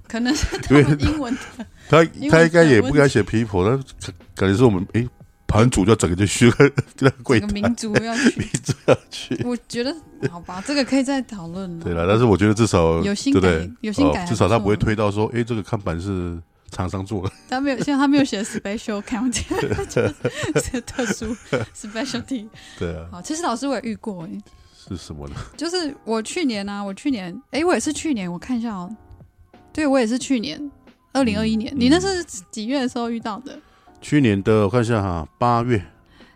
可能是他因为们英文的他英文他应该也有问不该写 people，他感觉是我们诶盘主就整个就 去了那个整柜个台民族要 去，这样去。我觉得好吧，这个可以再讨论了。对了，但是我觉得至少有对心不改对？有心改哦还至少他不错不会推到说，诶，这个看板是厂商做的。他没有，像他没有写 special county，就是特殊 specialty。对啊，好，其实老师我也遇过、欸，是什么呢？就是我去年呢、啊，我去年，哎、我也是去年，我看一下哦、对我也是去年，二零二一年，嗯你那是几月的时候遇到的？去年的我看一下哈，八月，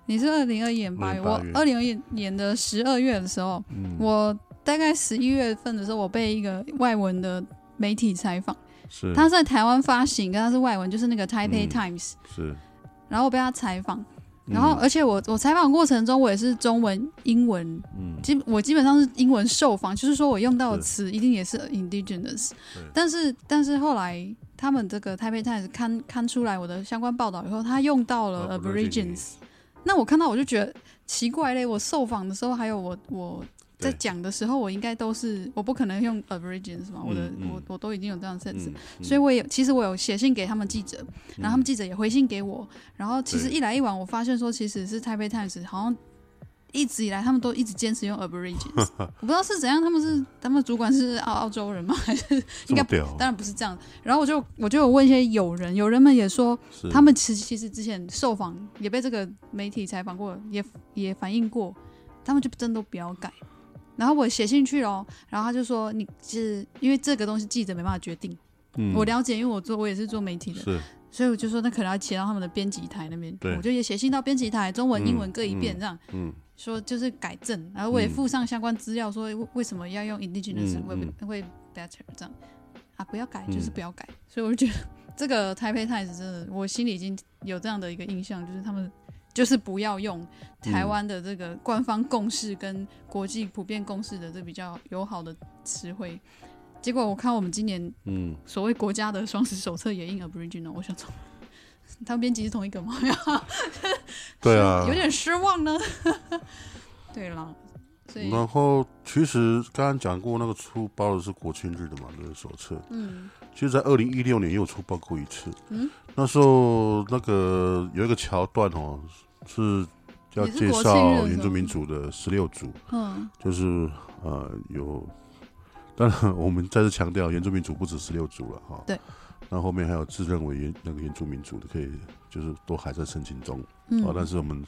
你是二零二一年八月，我2021二零二一年的十二月的时候，嗯，我大概十一月份的时候，我被一个外文的媒体采访，是他在台湾发行，跟他是外文，就是那个 Taipei 嗯 Times，、是，然后我被他采访，然后而且我我采访过程中，我也是中文、英文，嗯基我基本上是英文受访，就是说我用到的是词一定也是 indigenous，对但是但是后来他们这个 Taipei Times 刊刊出来我的相关报道以后，他用到了啊 Aborigines aborigines，那我看到我就觉得奇怪嘞，我受访的时候还有我我。在对讲的时候，我应该都是我不可能用 aborigines 嘛，我的、嗯嗯我我都已经有这样的 sense，、嗯嗯呃所以我也其实我有写信给他们记者，然后他们嗯记者也回信给我，然后其实对一来一往，我发现说其实是 Taipei Times 好像一直以来他们都一直坚持用 Aborigines，我不 知道是怎样，他们是他们主管是澳澳洲人吗？还是应该嗯这么屌当然不是这样。然后我就我就有问一些友人，友人们也说是他们其实其实之前受访也被这个媒体采访过，也也反映过，他们就真都不要改。然后我写信去了，然后他就说你是因为这个东西记者没办法决定，嗯我了解，因为我做我也是做媒体的，是所以我就说，那可能要写到他们的编辑台那边对，我就也写信到编辑台，中文、嗯英文各一遍，这样、嗯说就是改正，然后我也嗯附上相关资料，说为为什么要用 indigenous 嗯会不、会 better 这样啊，不要改，就是不要改。所以我就觉得这个 Taipei Times 真的，我心里已经有这样的一个印象，就是他们就是不要用台湾嗯的这个官方共识跟国际普遍共识的这比较友好的词汇。结果我看我们今年嗯，所谓国家的双十手册也印 Aboriginal，我想说，他们编辑是同一个吗？ 对啊，有点失望呢。 对了，所以然后，其实刚刚讲过那个出包的是国庆日的嘛，那个手册。嗯其实，在二零一六年也有出包过一次。嗯，那时候那个有一个桥段哦，是要也是介国庆日的时候绍原住民族的十六族，嗯就是呃有，当然我们再次强调，原住民族不止十六族了哈、对。那后面还有自认为原那个原住民族的，可以就是都还在申请中。嗯，啊，但是我们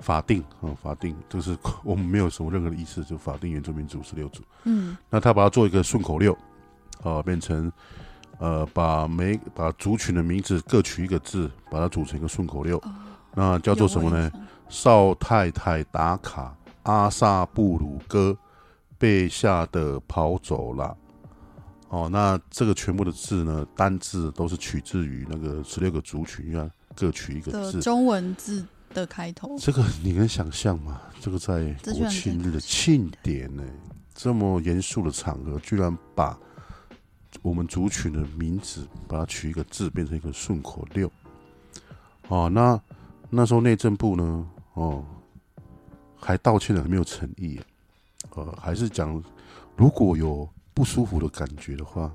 法定啊、法定就是 我们没有什么任何的意思，就法定原住民族十六族。嗯那他把它做一个顺口溜，啊、变成呃，把每把族群的名字各取一个字，把它组成一个顺口溜。哦那叫做什么呢？？邵太太打卡，阿萨布鲁哥被吓得跑走了。哦，那这个全部的字呢，单字都是取自于那个十六个族群啊，各取哦一有我印象个字的。中文字的开头，这个你能想象吗？这个在这居国然在庆日国的庆庆典呢、这么严肃的场合，居然把我们族群的名字把它取一个字，变成一个顺口溜。哦，那那时候内政部呢，哦，还道歉的很没有诚意、呃，还是讲如果有不舒服的感觉的话，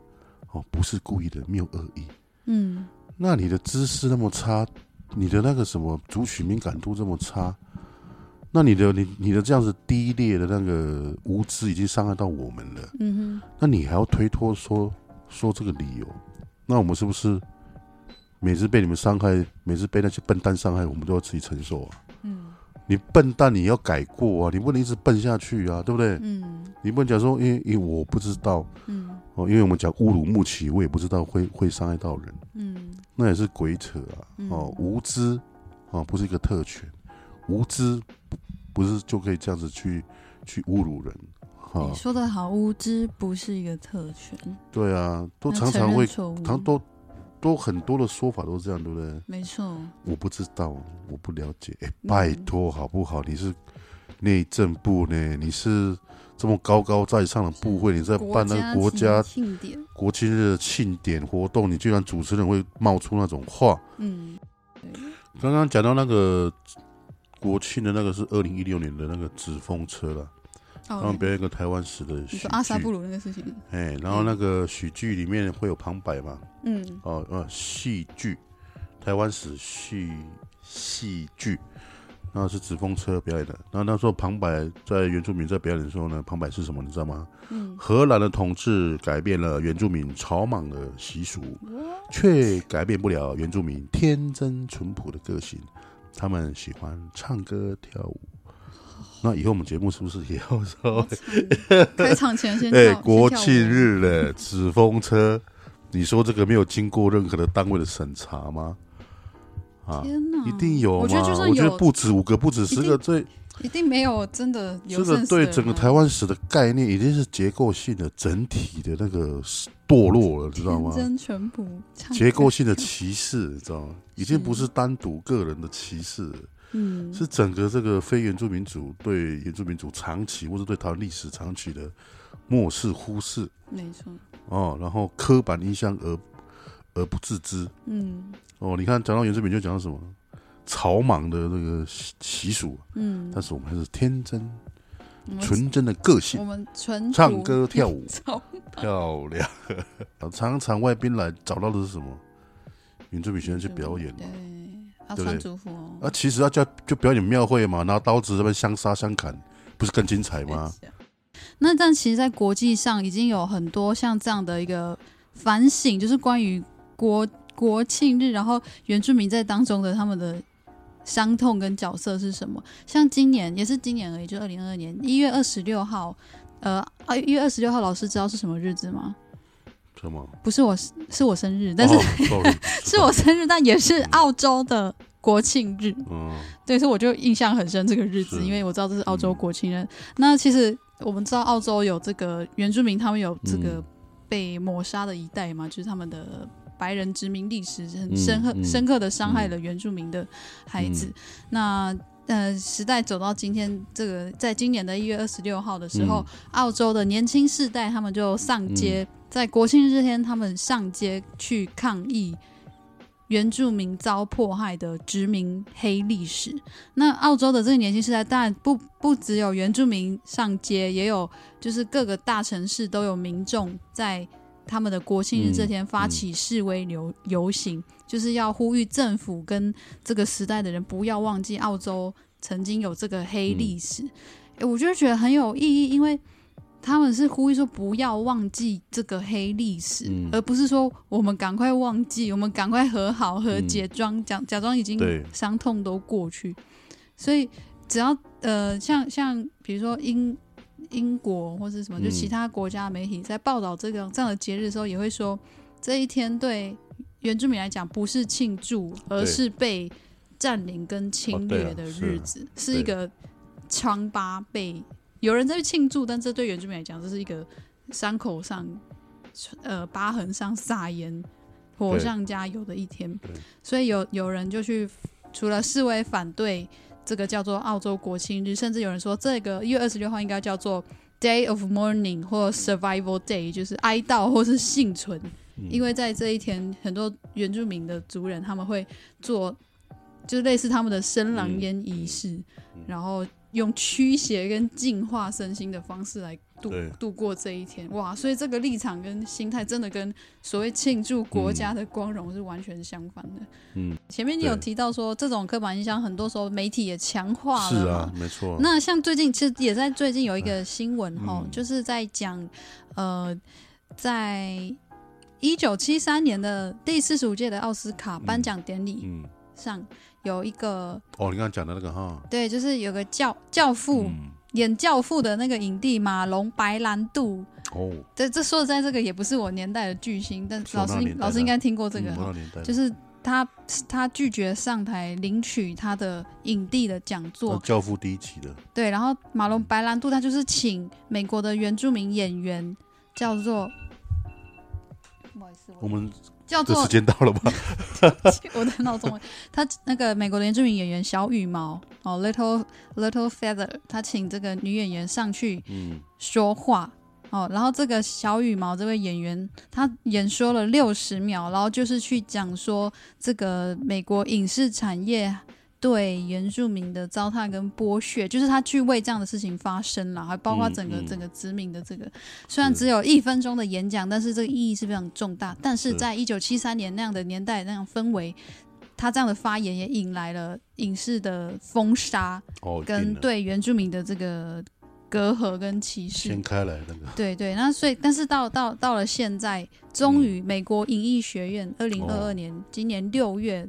哦，不是故意的，没有恶意。嗯那你的知识那么差，你的那个什么族群敏感度这么差，那你的你你的这样子低劣的那个无知已经伤害到我们了，嗯哼，那你还要推脱说说这个理由？那我们是不是每次被你们伤害，每次被那些笨蛋伤害，我们都要自己承受啊？嗯你笨蛋，你要改过啊！你不能一直笨下去啊，对不对？嗯你不能讲说，因为因为我不知道嗯哦，因为我们讲乌鲁木齐，我也不知道会会伤害到人，嗯那也是鬼扯啊！嗯哦，无知啊、哦，不是一个特权，无知不不是就可以这样子去去侮辱人啊你？说的好，无知不是一个特权，对啊，都要常承常认会，错误，常都都很多的说法都这样，对不对？没错，我不知道，我不了解。哎嗯拜托好不好？你是内政部呢，你是这么高高在上的部会，你在办那个国家庆庆典，国庆日的庆典活动，你居然主持人会冒出那种话。嗯刚刚讲到那个国庆的那个是二零一六年的那个纸风车了，他哦们，表演一个台湾史的你喜说阿萨布剧，鲁那个事情，哎，然后那个喜剧里面会有旁白嘛？嗯哦呃戏剧，台湾史戏戏剧，那是纸风车表演的。然后那时候旁白在原住民在表演的时候呢，旁白是什么你知道吗？ 嗯，荷兰的统治改变了原住民草莽的习俗，却改变不了原住民天真淳朴的个性。他们喜欢唱歌跳舞。那以后我们节目是不是也要稍微好惨开场前先哎、跳先国跳舞庆日嘞，纸风车，你说这个没有经过任何的单位的审查吗？啊，天哪，一定有嘛！我觉得就算我觉得有，不止五个，不止一十定个，这一定没有真的有这个 sense 对的整个人啊台湾史的概念已经是结构性的、整体的那个堕落了，知道吗天？真淳朴，唱歌结构性的歧视，你知道吗？已经是不是单独个人的歧视了，嗯是整个这个非原住民族对原住民族长期或者对台湾历史长期的漠视、忽视。没错，哦，然后刻板印象而而不自知嗯哦。你看，讲到原住民就讲到什么草莽的那个习习俗，嗯，但是我们还是天真我们纯真的个我性，们纯唱歌跳舞， 舞操漂亮。常常外宾来找到的是什么？原住民学生去表演嘛，对，要对不穿对族服哦，啊，其实要叫就表演庙会嘛，拿刀子这边相杀相砍，不是更精彩吗？啊那但其实，在国际上已经有很多像这样的一个反省，就是关于国国庆日，然后原住民在当中的他们的伤痛跟角色是什么。像今年也是今年而已，就二零二二年一月二十六号，呃，啊一月二十六号，老师知道是什么日子吗？什么？不是我，是我生日，但是、哦 sorry， 是我生日，但也是澳洲的国庆日。嗯，对，所以我就印象很深这个日子，是因为我知道这是澳洲嗯国庆日。那其实我们知道澳洲有这个原住民，他们有 这个嗯被抹杀的一代嘛，就是他们的白人殖民历史很深刻、嗯嗯深刻的伤害了原住民的孩子。嗯那呃，时代走到今天，这个在今年的一月二十六号的嗯时候，澳洲的年轻世代他们就上街，在国庆日天，他们上街去抗议原住民遭迫害的殖民黑历史。那澳洲的这个年轻世代，当然不不只有原住民上街，也有就是各个大城市都有民众在他们的国庆日这天发起示威游游行，就是要呼吁政府跟这个时代的人不要忘记澳洲曾经有这个黑历史。诶我就觉得很有意义，因为他们是呼吁说不要忘记这个黑历史，嗯而不是说我们赶快忘记，我们赶快和好和解，装假假装已经嗯对伤痛都过去。所以只要呃，像像比如说英英国或是什么，就嗯其他国家媒体在报道这个这样的节日的时候，也会说这一天对原住民来讲不是庆祝，而对是被占领跟侵略的日子，是一个疮疤被有人在庆祝，但这对原住民来讲，这是一个伤口上呃疤痕上撒盐、火对上加油的一天对。所以有有人就去除了示威反对这个叫做澳洲国庆日，甚至有人说这个一月二十六号应该叫做 Day of Mourning 或 Survival Day，就是哀悼或是幸存，嗯因为在这一天，很多原住民的族嗯嗯人他们会做，就类似他们的生狼烟仪式，然后用驱邪跟净化身心的方式来度对度过这一天。哇，所以这个立场跟心态真的跟所谓庆祝国家的光荣是完全相反的。嗯，前面你有对提到说，这种刻板印象很多时候媒体也强化是了嘛啊，没错。那像最近其实也在最近有一个新闻哈、嗯就是在讲呃，在一九七三年的第四十五届的奥斯卡颁奖典礼嗯，上，有一个哦，你刚刚讲的那个哈，对，就是有个教教父、嗯，演教父的那个影帝马龙白兰度。哦，这这说实在，这个也不是我年代的巨星，但是我老那师个年代的老师应该听过这个嗯哈、我那年代的就是他他拒绝上台领取他的影帝的讲座那，教父第一期的，对，然后马龙白兰度他就是请美国的原住民演员叫做，不好意思，我我们叫这做时间到了 吧？我的闹钟，他那个美国的原住民演员小羽毛哦，Little Little Feather，他请这个女演员上去嗯，说话哦，然后这个小羽毛这位演员，他演说了六十秒，然后就是去讲说这个美国影视产业对原住民的糟蹋跟剥削，就是他去为这样的事情发声了，还包括嗯整个、嗯整个殖民的这个，虽然只有一分钟的演讲，但是这个意义是非常重大。但是是在一九七三年那样的年代那样氛围。他这样的发言也引来了影视的封杀，哦，跟定了对原住民的这个隔阂跟歧视掀。开来那个，对对，那所以但是到到到了现在，终于美国影艺学院二零二嗯哦二年、今年六月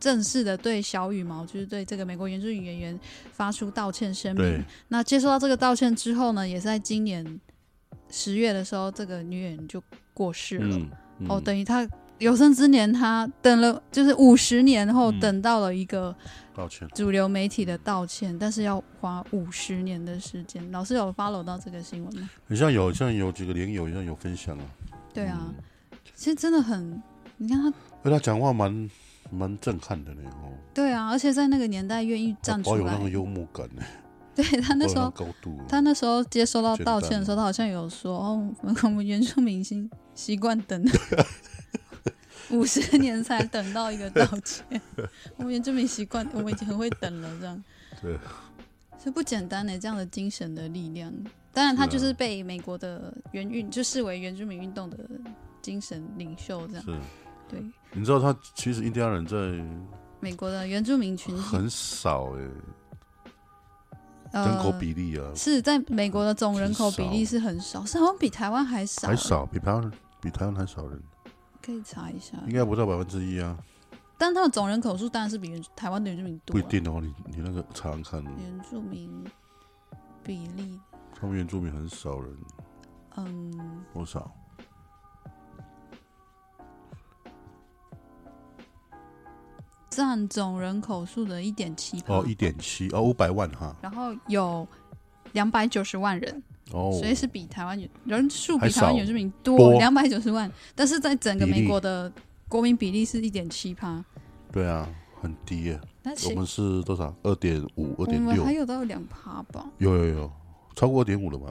正式的对小羽毛，就是对这个美国原住民演员发出道歉声对明。，那接收到这个道歉之后呢，也是在今年十月的时候，这个女演员就过世了。嗯，嗯哦，，等于她有生之年，她等了就是五十年后，嗯等到了一个。抱歉，主流媒体的道歉，但是要花五十年的时间。老师有 follow 到这个新闻吗？很像有，像有几个连友，像有分享啊，对啊，嗯其实真的很，你看他，哎，他讲话蛮蛮震撼的呢，哦，对啊，而且在那个年代愿意他站出保有那个来，幽默感呢，对他那时保有候，高度，他那时候接收到简单道歉的时候，他好像有说，哦，我们我们原住明星习惯 等。五十年才等到一个道歉， 我们原住民习惯，我们已经很会等了，这样对，是不简单欸的、这样的精神的力量。当然，他是啊就是被美国的原运就视为原住民运动的精神领袖，这样是。对你知道他其实印第安人在美国的原住民群体，很少哎、人呃口，比例啊、是在美国的总人口比例很是很少，是好像比台湾还少，还少，比台湾比台湾还少人，嗯可以查一下。应该不到百分之一啊，但它的总人口数当然是比原台湾的原住民多、不啊，一定哦。你你那个查看看，原住民比例，他们原住民很少人，嗯，多少？占总人口数的一点七哦，一点七哦，五百万哈，然后有两百九十万人。哦，所以是比台湾原人数比还少台湾原住民多多两百九十万，但是在整个比例美国的国民比例是一点七趴。对啊，很低耶。那我其们是多少？二点五、二我点们还六，有到两趴吧。有有有，超过二点五了吧？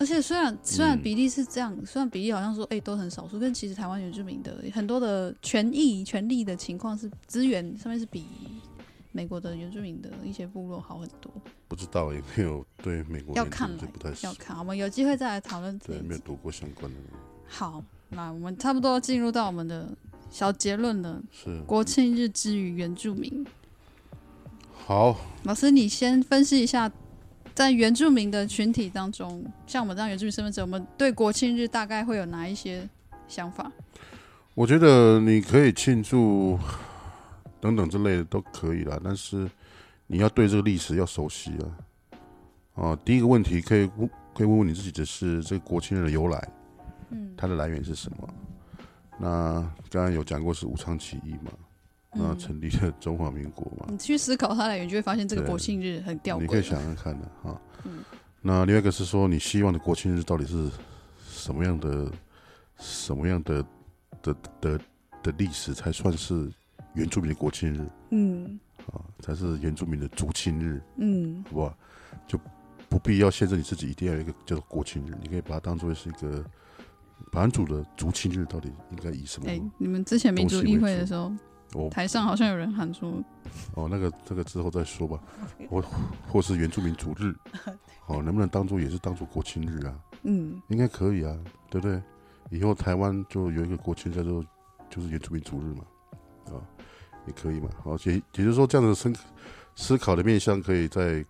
而且虽然虽然嗯比例是这样，虽然比例好像说哎、都很少数，但其实台湾原住民的很多的权益权利的情况是资源上面是比美国的原住民的一些部落好很多。不知道也没有对美国要研究看就来不太要熟，看我们有机会再来讨论这对，一没有集。读过相关的，好，那我们差不多进入到我们的小结论了。是国庆日之于原住民，好。老师，你先分析一下，在原住民的群体当中，像我们这样原住民身份者，我们对国庆日大概会有哪一些想法？我觉得你可以庆祝 等等之类的都可以啦，但是你要对这个历史要熟悉啊。啊，第一个问题可以问可以问问你自己的是这个国庆日的由来，嗯它的来源是什么？那刚刚有讲过是武昌起义嘛，那嗯，成立了中华民国嘛，你去思考它来源，就会发现这个对国庆日很吊你可以诡想了。想看的哈、啊嗯那另外一个是说，你希望的国庆日到底是什么样的、什么样的的的的历史才算是原住民的国庆日嗯啊？才是原住民的族庆日，嗯好不好？就不必要限制你自己一定要有一个叫做国庆日，你可以把它当做是一个版主的族庆日，到底应该以什么？哎、你们之前民主议会的时候，哎哦台上好像有人喊出哦，那个这个之后再 说吧，或或是原住民主日，哦，能不能当做也是当做国庆日啊？嗯应该可以啊，对不对？以后台湾就有一个国庆叫做就是原住民族日嘛，啊、也可以嘛。好，也也就是说，这样的思思考的面向可以再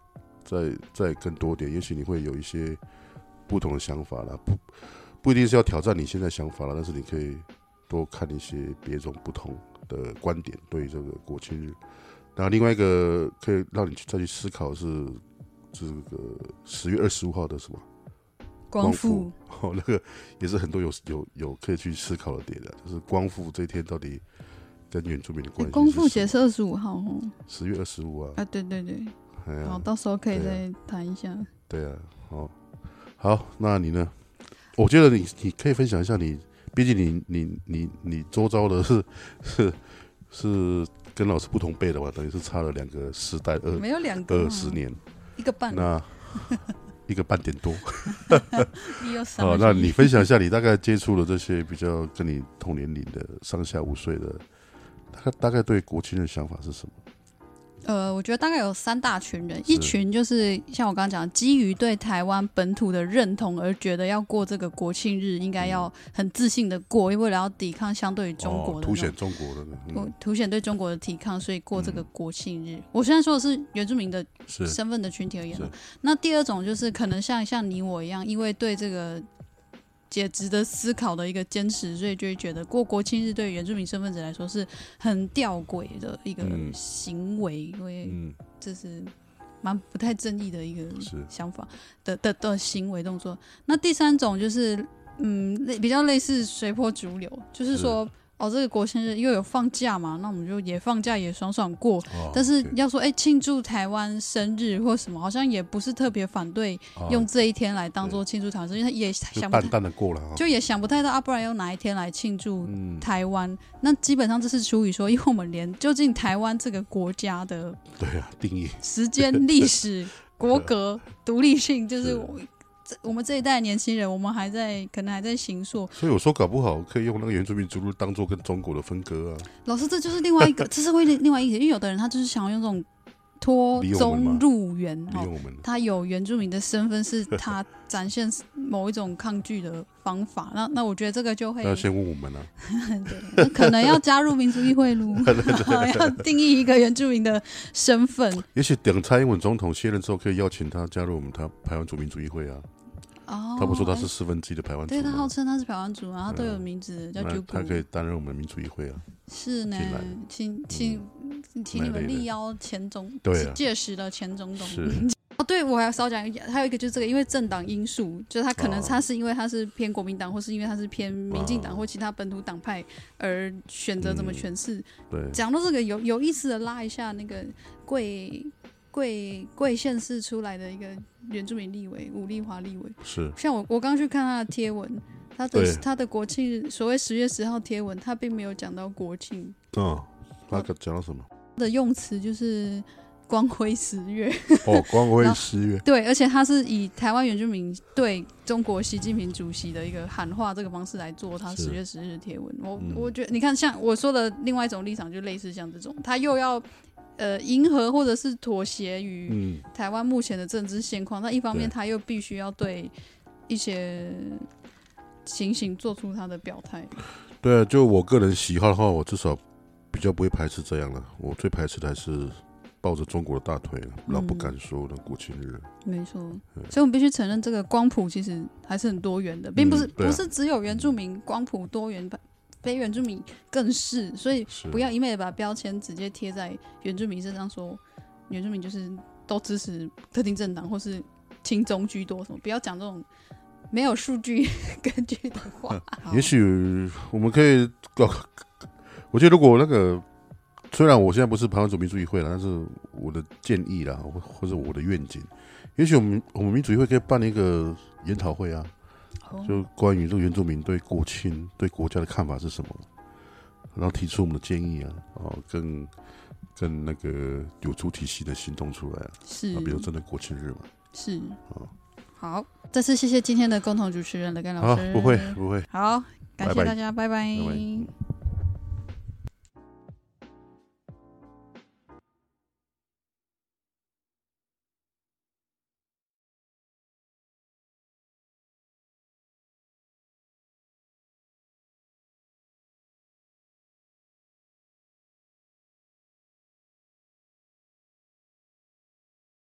再再更多点，也许你会有一些不同的想法啦，不不一定是要挑战你现在想法啦，但是你可以多看一些别种不同的观点对这个国庆日。然后另外一个可以让你去再去思考是这个十月二十五号的什么？光复， 哎哦，那个也是很多有有有可以去思考的点的，啊就是光复这一天到底跟原住民的关系。哎光复节是二十五号哦十月二十五啊，啊，对对对，哎呀、好，到时候可以对再谈一下。对啊，哦，好，那你呢？我觉得你你可以分享一下你，毕竟你你你你周遭的是是是跟老师不同辈的嘛，等于是差了两个时代二没有两个二嘛十，年，一个半，那一个半点多。你有少好，那你分享一下你大概接触了这些比较跟你同年龄的上下五岁的，大概大概对国庆的想法是什么？呃，我觉得大概有三大群人，是一群就是像我刚刚讲，基于对台湾本土的认同而觉得要过这个国庆日，应该要很自信的过，因为为了要抵抗相对于中国嗯的哦那凸种显中国的，我嗯，凸显对中国的抵抗，所以过这个国庆日。我现在说的是原住民的是身份的群体而言嘛啊是。那第二种就是可能像像你我一样，因为对这个解值得思考的一个坚持，所以就会觉得过国庆日对原住民身份者来说是很吊诡的一个嗯行为，因为嗯，这是蛮不太正义的一个是想法的的的行为动作。那第三种就是，嗯，类比较类似随波逐流，就是是说，哦，这个国庆日因为有放假嘛，那我们就也放假也爽爽过。哦但是 OK 要说，哎、庆祝台湾生日或什么，好像也不是特别反对哦用这一天来当做庆祝台湾生日，因为也就想不淡太，淡的过了啊，就也想不太到，啊，不然用哪一天来庆祝嗯，台湾？那基本上这是出于说，因为我们连究竟台湾这个国家的对啊，定义时间、历 史、国格、独立性，就是是我这我们这一代年轻人，我们还在可能还在行说。所以我说搞不好可以用那个原住民族日当做跟中国的分割啊，老师，这就是另外一 个，这是会另外一个，因为有的人他就是想要用这种脱利用我们中吗入原利哦。用我们的他有原住民的身份，是他展现某一种抗拒的方法。那那我觉得这个就会 那要先问我们啊，那可能要加入民族议会 录，要定义一个原住民的身份也许等蔡英文总统卸任之后，可以邀请他加入我们台台湾族民族议会啊，哦。他不说他是四分之一的台湾族对他号吗？称他是台湾族，然后都有嗯名字叫那九他谷。可以担任我们民族议会啊，是呢进来，嗯请请请你蛮累们的力邀前总，对啊届时的前总统。是。 哦，对，我还要少讲一，还有一个就是这个，因为政党因素，就是他可能哦他是因为他是偏国民党，或是因为他是偏民进党哦或其他本土党派而选择怎么嗯诠释。对，讲到这个，有有意思的拉一下那个贵贵贵县市出来的一个原住民立委吴丽华立委，是像我，我刚去看他的贴文，他对的他的国庆日，所谓十月十号贴文，他并没有讲到国庆嗯，那个讲到什么？他的用词就是光辉十月， 哦，光辉然后十月，对，而且他是以台湾原住民对中国习近平主席的一个喊话这个方式来做他是十月十日贴文。我、嗯我觉得，你看，像我说的另外一种立场，就类似像这种，他又要呃迎合或者是妥协于嗯，台湾目前的政治现况，但一方面对他又必须要对一些情形做出他的表态。对啊，就我个人喜好的话，我至少比较不会排斥这样了。我最排斥的还是抱着中国的大腿了，然后不嗯敢说那国庆日。没错，嗯所以我们必须承认，这个光谱其实还是很多元的，并不是、对啊不是只有原住民光谱多元，非原住民更是。所以是啊不要一昧的把标签直接贴在原住民身上说，原住民就是都支持特定政党或是亲中居多什么，不要讲这种没有数据 根据的话。嗯也许我们可以搞，我觉得如果那个，虽然我现在不是台湾族民主议会了，但是我的建议啦，或或者我的愿景，也许我们我们民主议会可以办一个研讨会啊，好就关于这个原住民对国庆、对国家的看法是什么，然后提出我们的建议啊，哦，更更那个有主体性的行动出来啊，是啊比如针啊对国庆日嘛，是好，好，再次谢谢今天的共同主持人雷根啊老师，，不会不会，好，感拜谢拜大家，拜拜拜。嗯